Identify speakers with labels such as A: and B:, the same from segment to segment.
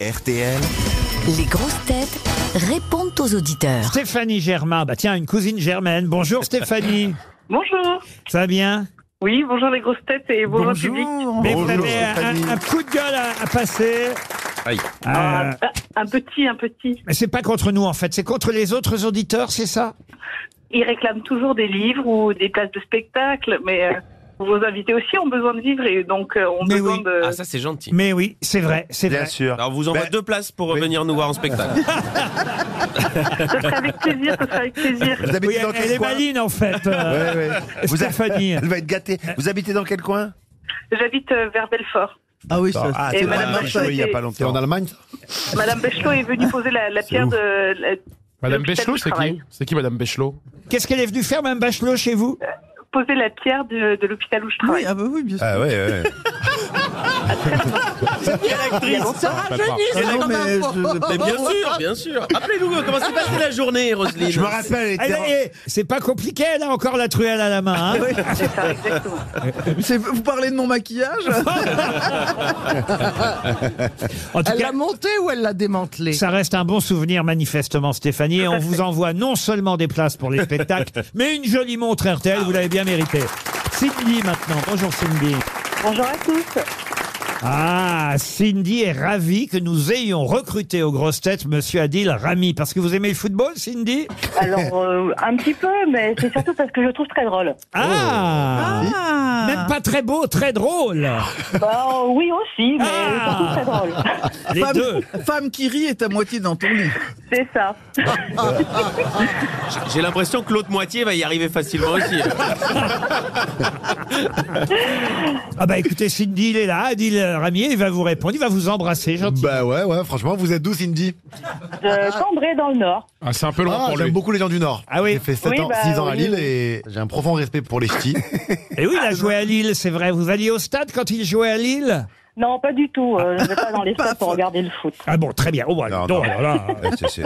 A: RTL.
B: Les grosses têtes répondent aux auditeurs.
C: Stéphanie Germain, bah tiens, une cousine germaine. Bonjour Stéphanie.
D: Bonjour.
C: Ça va bien
D: Oui, bonjour les grosses têtes et bonjour, public.
C: Mais vous avez un, un coup de gueule à, à passer. Euh,
D: Ah, un petit, un petit.
C: mais c'est pas contre nous en fait, c'est contre les autres auditeurs, c'est ça
D: Ils réclament toujours des livres ou des places de spectacle, mais euh, vos invités aussi ont besoin de vivre et donc euh, ont
C: Mais
D: besoin
C: oui.
D: de.
E: Ah, ça, c'est gentil.
C: Mais oui, c'est vrai, c'est vrai.
A: Bien sûr.
E: Alors, on vous envoie
A: Ben,
E: deux places pour venir nous voir en spectacle.
D: Ça sera avec plaisir, ça sera avec plaisir.
A: Vous
C: Oui,
A: habitez dans
C: elle, elle
A: quel
C: est
A: coin
C: maline en fait. euh,
A: Ouais, ouais. Vous avez-
C: Stéphanie.
A: Elle va être gâtée. Vous habitez dans quel coin
D: J'habite euh, vers Belfort.
F: Ah oui, ça.
A: Ah,
D: Et
A: c'est
D: Madame
A: Madame
D: Bachelot
A: Bachelot il y a
D: était-
A: pas
F: C'est en
A: longtemps.
F: Allemagne ça
D: Madame Béchelot est venue poser la, la pierre de. la-
G: Madame
D: l'hôpital
G: Béchelot,
D: du
G: c'est
D: travail.
G: qui C'est qui Madame Béchelot
C: Qu'est-ce qu'elle est venue faire, Mme Bachelot, chez vous
D: poser la pierre de, de l'hôpital où je travaille.
F: Oui, ah bah oui, bien sûr.
A: Ah ouais, ouais.
F: Ah non, mais je-
E: Mais bien sûr, bien sûr. Appelez-nous, euh, comment s'est passée la journée, Roselyne
A: Je me rappelle, elle était
C: Elle
A: en-
C: est- C'est pas compliqué, elle a encore la truelle à la main. hein.
D: C'est ça, exactement.
F: c'est- Vous parlez de mon maquillage
C: En tout
F: Elle
C: cas,
F: l'a monté ou elle l'a démantelé
C: ça reste un bon souvenir, manifestement, Stéphanie. Et on vous envoie non seulement des places pour les spectacles, mais une jolie montre RTL, vous l'avez bien mérité. Cindy maintenant. Bonjour Cindy.
D: Bonjour à tous.
C: Ah, Cindy est ravie que nous ayons recruté aux grosses têtes Monsieur Adil Rami. Parce que vous aimez le football, Cindy
H: Alors, euh, un petit peu, mais c'est surtout parce que je le trouve très drôle.
C: ah,
A: Oh.
C: Même pas très beau, très drôle.
H: Bah, euh, oui aussi, mais surtout
C: Ah.
H: très drôle.
C: Les
F: femme,
C: deux.
F: femme qui rit est à moitié dans ton lit.
H: C'est ça.
E: J'ai l'impression que l'autre moitié va y arriver facilement aussi.
C: Ah bah écoutez, Cindy, il est là. Adil Rami, il va vous répondre. Il va vous embrasser gentiment.
A: Bah ouais, ouais, franchement, vous êtes d'où, Cindy
H: De Cambrai dans le Nord.
G: Ah, c'est un peu loin
A: Ah,
G: pour
A: j'aime
G: lui.
A: beaucoup les gens du Nord.
C: Ah oui.
A: J'ai fait 7
H: Oui,
A: ans,
H: bah,
A: 6 ans à
H: oui,
A: Lille
H: oui.
A: et j'ai un profond respect pour les ch'tis.
C: Et oui, il a joué à Lille, c'est vrai. Vous alliez au stade quand il jouait à Lille
H: Non, pas du tout. euh, je ne vais pas dans les stades pour
F: faux.
H: regarder le foot.
C: Ah bon, très bien. Oh, bah,
A: Non,
C: non,
A: non.
C: alors là.
A: Ouais, c'est- c'est-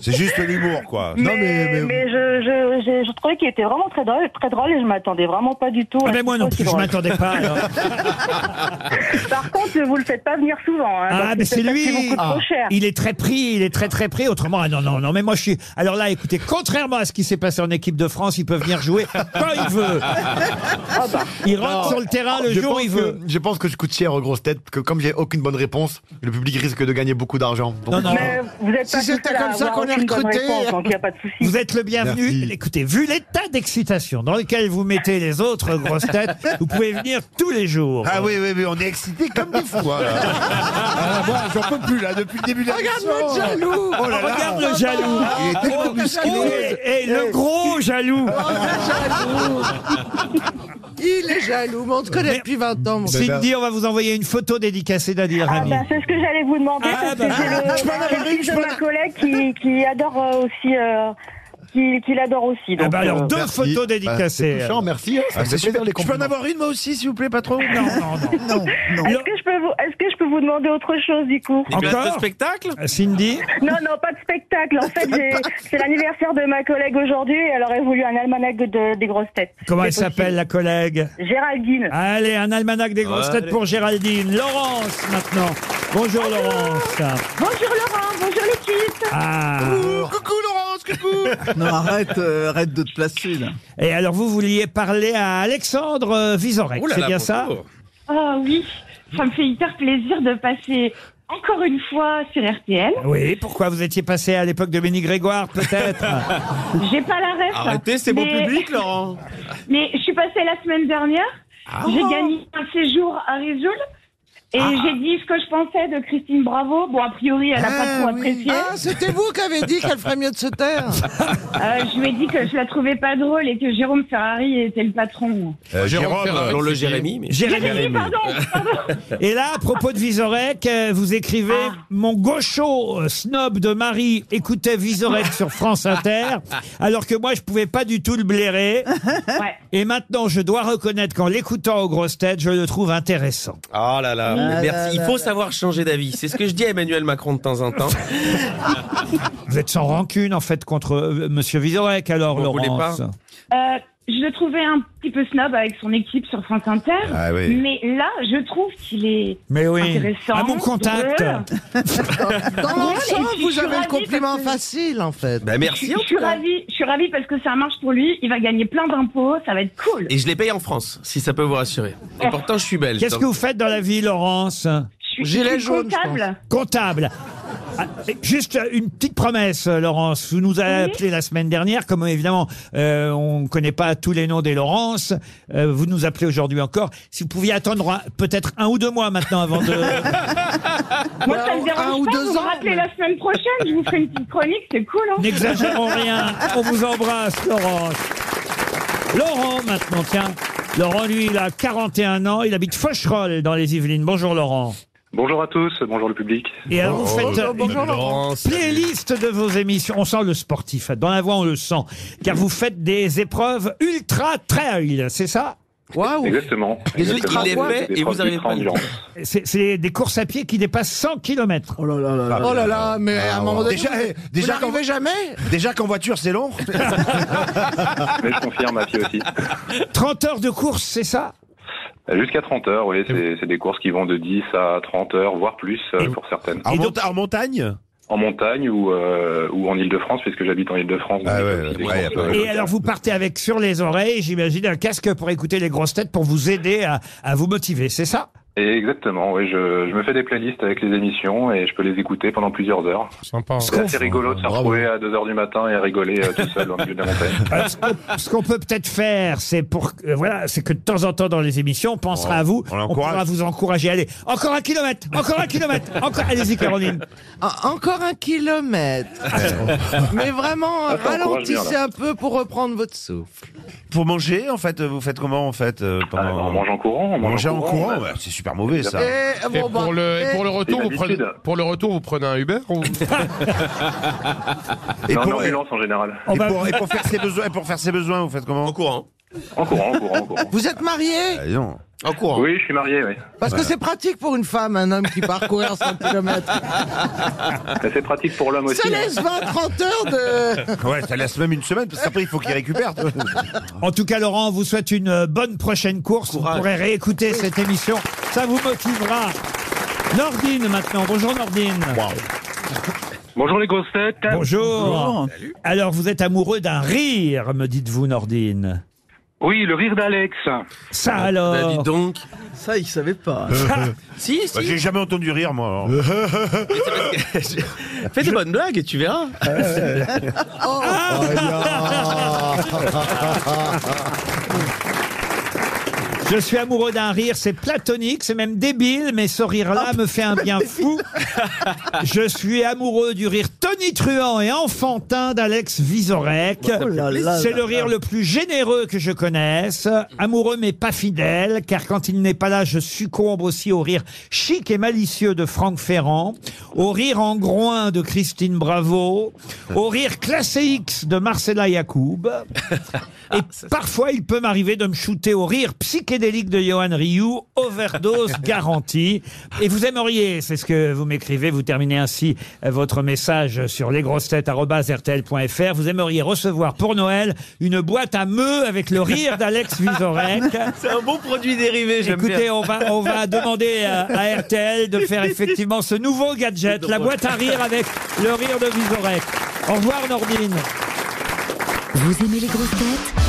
A: C'est juste l'humour, quoi.
H: mais, mais je, je, je, je trouvais qu'il était vraiment très drôle, très drôle et je m'attendais vraiment pas du tout.
C: Ah,
H: à
C: mais
H: ce
C: moi
H: qu'il
C: non
H: soit
C: plus, je
H: aussi
C: m'attendais pas. alors.
H: drôle. Par contre, vous le faites pas venir souvent. Hein, parce
C: Ah,
H: que
C: mais c'est
H: ça,
C: lui
H: qui vous coûte
C: Ah.
H: trop cher.
C: Il est très pris, il est très très pris. Autrement, ah, non, non, non, mais moi je suis. Alors là, écoutez, contrairement à ce qui s'est passé en équipe de France, il peut venir jouer quand il veut.
H: Ah, bah.
C: Il rentre sur le terrain le
A: je
C: jour où
A: pense
C: il
A: que-
C: veut.
A: je pense que je coûte cher aux grosses têtes, que comme j'ai aucune bonne réponse, le public risque de gagner beaucoup d'argent. Donc-
C: Non, non.
H: Mais vous êtes
F: Si
H: pas
F: c'était
H: tout seul à
F: comme ça
H: avoir
F: qu'on est
H: aucune bonne
F: recruté.
H: réponse, Donc, il n'y a pas de souci.
C: Vous êtes le bienvenu.
A: Merci.
C: Écoutez, vu l'état d'excitation dans lequel vous mettez les autres grosses têtes, vous pouvez venir tous les jours.
A: Ah oui, oui, oui, on est excités comme des fous. hein, là. Ah, moi, j'en peux plus, là, depuis le début de la
F: Regarde-moi, jaloux
A: Oh là là Ah,
C: Regarde le jaloux.
G: Ah,
A: Il est tellement Ah,
C: Oh,
A: musculeux.
C: et, et le gros jaloux.
F: Il est jaloux, mais on se connaît depuis 20 ans. mon gars.
A: ben
C: Cindy, on va vous envoyer une photo dédicacée d'Adil
H: Ah
C: Rami.
H: ben, c'est ce que j'allais vous demander
C: Ah
H: parce
C: bah.
H: que j'ai le,
F: Je peux en avoir
H: j'ai le
F: une,
H: fils
F: je
H: de
F: peux
H: ma
F: en-
H: collègue qui, qui adore euh, aussi, euh, qui, qui l'adore aussi.
C: Ah
H: Donc,
C: bah alors,
H: euh,
C: deux
A: Merci.
C: photos
A: Bah,
C: dédicacées. euh,
A: c'est touchant, merci. hein, ça me fait plaisir, les compliments.
F: avoir une moi aussi, s'il vous plaît, patron
C: non, non, non.
F: Non, non.
H: est-ce que je peux vous, est-ce que je peux vous demander autre chose du coup
E: Des places
C: Encore
E: de spectacle
C: Cindy
H: Non, non, pas de spectacle. En fait, j'ai- c'est l'anniversaire de ma collègue aujourd'hui. et Elle aurait voulu un almanach de- des grosses têtes.
C: Comment
H: C'est
C: elle s'appelle, Ah.
H: possible.
C: la collègue
H: Géraldine.
C: Allez, un almanach des grosses têtes
E: Allez.
C: pour Géraldine. Laurence, maintenant. Bonjour, Laurence.
H: Bonjour Laurent, bonjour l'équipe.
C: Ah.
F: Coucou Laurence, coucou Non, arrête, euh, arrête de te placer là.
C: Et alors, vous vouliez parler à Alexandre euh, Vizorek,
E: Oh là
C: c'est
E: là,
C: bien
E: bonjour.
C: ça
I: Oh oui, ça me fait hyper plaisir de passer encore une fois sur RTL.
C: Oui, pourquoi vous étiez passé à l'époque de Béni Grégoire, peut-être
I: J'ai pas la ref.
E: Arrêtez, c'est bon
I: Mais-
E: public, Laurent.
I: Mais je suis passée la semaine dernière.
E: Ah.
I: J'ai gagné un séjour à Rizoul. Et j'ai dit ce que je pensais de Christine Bravo. Bon, a priori, elle n'a pas trop apprécié.
F: Ah, c'était vous qui avez dit qu'elle ferait mieux de se taire
I: Euh, je lui ai dit que je la trouvais pas drôle et que Jérôme Ferrari était le patron.
A: Euh,
G: Jérôme
A: Jérôme,
G: Ferrari.
A: euh,
E: Allons le Jérémy. Mais...
C: Jérémy.
I: Jérémy, Ah, pardon, pardon.
C: Et là, à propos de Vizorek, euh, vous écrivez
E: Ah.
C: Mon gaucho euh, snob de Marie écoutait Vizorek sur France Inter, alors que moi, je pouvais pas du tout le blairer.
I: Ouais.
C: Et maintenant, je dois reconnaître qu'en l'écoutant aux grosses têtes, je le trouve intéressant.
E: Oh là là, mais merci. Il faut savoir changer d'avis. C'est ce que je dis à Emmanuel Macron de temps en temps.
C: Vous êtes sans rancune, en fait, contre euh, Monsieur Vizorek, alors,
E: Vous voulez
C: Laurence.
E: pas
I: Euh, je le trouvais un petit peu snob avec son équipe sur France Inter.
G: Ah oui.
I: Mais là, je trouve qu'il est
C: Mais oui,
I: intéressant.
C: à mon contact.
I: drôle.
F: Ah,
J: Dans
I: Drôle,
J: l'ensemble,
I: et puis je
J: vous
I: suis
J: avez le
I: ravie
J: compliment
I: parce que-
J: facile, en fait.
E: Bah
I: Je
E: merci.
I: suis- je suis ravie, je suis ravie parce que ça marche pour lui. Il va gagner plein d'impôts, ça va être cool.
E: Et je les paye en France, si ça peut vous rassurer. Et pourtant, je suis belge.
C: Qu'est-ce que
E: donc-
C: vous faites dans la vie, Laurence
I: Je suis,
J: Gilet
I: je suis
J: jaune, je
I: comptable.
C: Comptable. Ah, et Juste euh, une petite promesse, euh, Laurence. Vous nous avez
I: Oui.
C: appelé la semaine dernière, comme évidemment euh, on ne connaît pas tous les noms des Laurence, euh, vous nous appelez aujourd'hui encore. Si vous pouviez attendre un- peut-être un ou deux mois maintenant avant de...
I: Moi, ça me
J: Ah, un
I: dérange
J: ou
I: pas.
J: deux
I: vous me
J: ans,
I: rappelez
J: mais-
I: la semaine prochaine, je vous ferai une petite chronique, c'est cool. Hein
C: N'exagérons rien. On vous embrasse, Laurence. Laurent maintenant, tiens. Laurent, lui, il a 41 ans, il habite Faucherolles dans les Yvelines. Bonjour Laurent.
K: Bonjour à tous, bonjour le public.
C: Et alors vous faites euh,
E: Bonjour, Laurence.
C: playlist de vos émissions. On sent le sportif. Dans la voix, on le sent. Car vous faites des épreuves ultra trail, c'est ça
J: Waouh
K: Exactement.
E: Les
K: Exactement.
E: ultra quoi
K: Des
E: Et vous
K: profs
E: arrivez
K: ultra
E: pas à
C: Oh.
E: le faire.
K: endurance.
C: C'est c'est des courses à pied qui dépassent 100 km.
F: Oh là là là là.
J: Oh là là, mais
G: Ah,
J: à un moment donné,
A: Déjà, eh,
J: vous,
A: déjà
J: vous n'arrivez jamais
A: Déjà qu'en voiture, c'est long.
G: Ah,
K: Mais je confirme, ma fille aussi.
C: 30 heures de course, c'est ça
K: Jusqu'à 30 heures, oui, c'est c'est des courses qui vont de 10 à 30 heures, voire plus euh,
C: Et-
K: pour certaines.
G: Ah.
A: En,
C: Et donc-
A: monta- en montagne
K: En montagne ou, euh, ou en Ile-de-France, puisque j'habite en Ile-de-France.
G: Ah ouais,
K: donc, euh, c'est des
G: ouais,
K: courses,
G: y a pas-
K: euh,
C: Et alors vous partez avec sur les oreilles, j'imagine, un casque pour écouter les grosses têtes pour vous aider à, à vous motiver, c'est ça
K: et Exactement, oui, je, je me fais des playlists avec les émissions et je peux les écouter pendant plusieurs heures.
G: Sympa.
K: C'est assez rigolo de se retrouver à 2 heures du matin et à rigoler euh, tout seul au milieu de la montagne.
C: Alors, ce qu'on- ce qu'on peut peut-être faire, c'est pour euh, voilà, c'est que de temps en temps dans les émissions, on pensera
E: Oh,
C: à
G: On-
C: vous,
G: on
C: on,
G: l'encourage.
C: pourra vous encourager. Allez, encore un kilomètre, encore un kilomètre, encore. Allez-y, Caroline.
J: En- Encore un kilomètre. mais vraiment,
K: Ah, ça encourage
J: ralentissez
K: bien,
J: un peu pour reprendre votre souffle.
G: Pour manger, en fait, vous faites comment, en fait euh,
K: Ah,
G: pendant...
K: on mange en courant, bah. on mange
G: Manger en courant,
K: ouais.
G: ouais, c'est super mauvais, ça.
J: Et,
G: Et
J: bon, bah, et-
G: le
K: retour, vous prenez- d'habitude.
G: pour le retour, vous prenez un Uber
A: et
K: Non, en
A: pour, et,
K: ambulance en général.
C: On va-
G: pour, et pour faire ses besoins, et pour faire ses besoins, vous faites
E: En
G: comment
E: courant.
K: En courant, en courant, en courant.
J: Vous êtes marié
G: Bah, dis donc.
E: En courant.
K: Oui, je suis marié, oui.
J: Parce que c'est pratique pour une femme, un homme qui part courir 100 km.
K: Mais C'est pratique pour l'homme aussi.
J: Ça
K: hein.
J: laisse 20-30 heures de...
G: Ouais, ça laisse même une semaine, parce qu'après, il faut qu'il récupère. tu vois.
C: En tout cas, Laurent, on vous souhaite une euh, bonne prochaine course.
E: Courage.
C: Vous pourrez réécouter cette émission, ça vous motivera. Nordine maintenant. Bonjour Nordine.
K: Bonjour les grosses têtes.
C: Bonjour.
F: Bonjour.
C: Alors, vous êtes amoureux d'un rire, me dites-vous Nordine.
K: Oui, le rire d'Alex.
C: Ça
E: Bah, dis
C: alors.
E: donc.
F: Ça, il savait pas.
E: Si, si.
G: Bah, J'ai jamais entendu rire, moi. alors.
E: Fais des bonnes blagues et tu verras.
C: Je suis amoureux d'un rire, c'est platonique, c'est même débile, mais ce rire-là
F: Ah,
C: me fait un bien fou. Je suis amoureux du rire tonitruant et enfantin d'Alex Vizorek.
F: Oh là là
C: C'est
F: là
C: le
F: là.
C: rire le plus généreux que je connaisse. Amoureux mais pas fidèle, car quand il n'est pas là, je succombe aussi au rire chic et malicieux de Franck Ferrand, au rire en groin de Christine Bravo, au rire classé X de Marcella Yacoub.
E: Ah,
C: Et parfois, il peut m'arriver de me shooter au rire psychédélique de Johan Rioux, overdose garantie. Et vous aimeriez, c'est ce que vous m'écrivez, vous terminez ainsi euh, votre message sur lesgrossetêtes.rtl.fr, vous aimeriez recevoir pour Noël une boîte à meux avec le rire d'Alex Vizorek.
E: C'est un bon produit dérivé, j'aime bien.
C: Écoutez, on va, on va demander à, à RTL de faire effectivement ce nouveau gadget, la boîte à rire avec le rire de Vizorek. Au revoir, Nordine.
B: Vous aimez les grosses têtes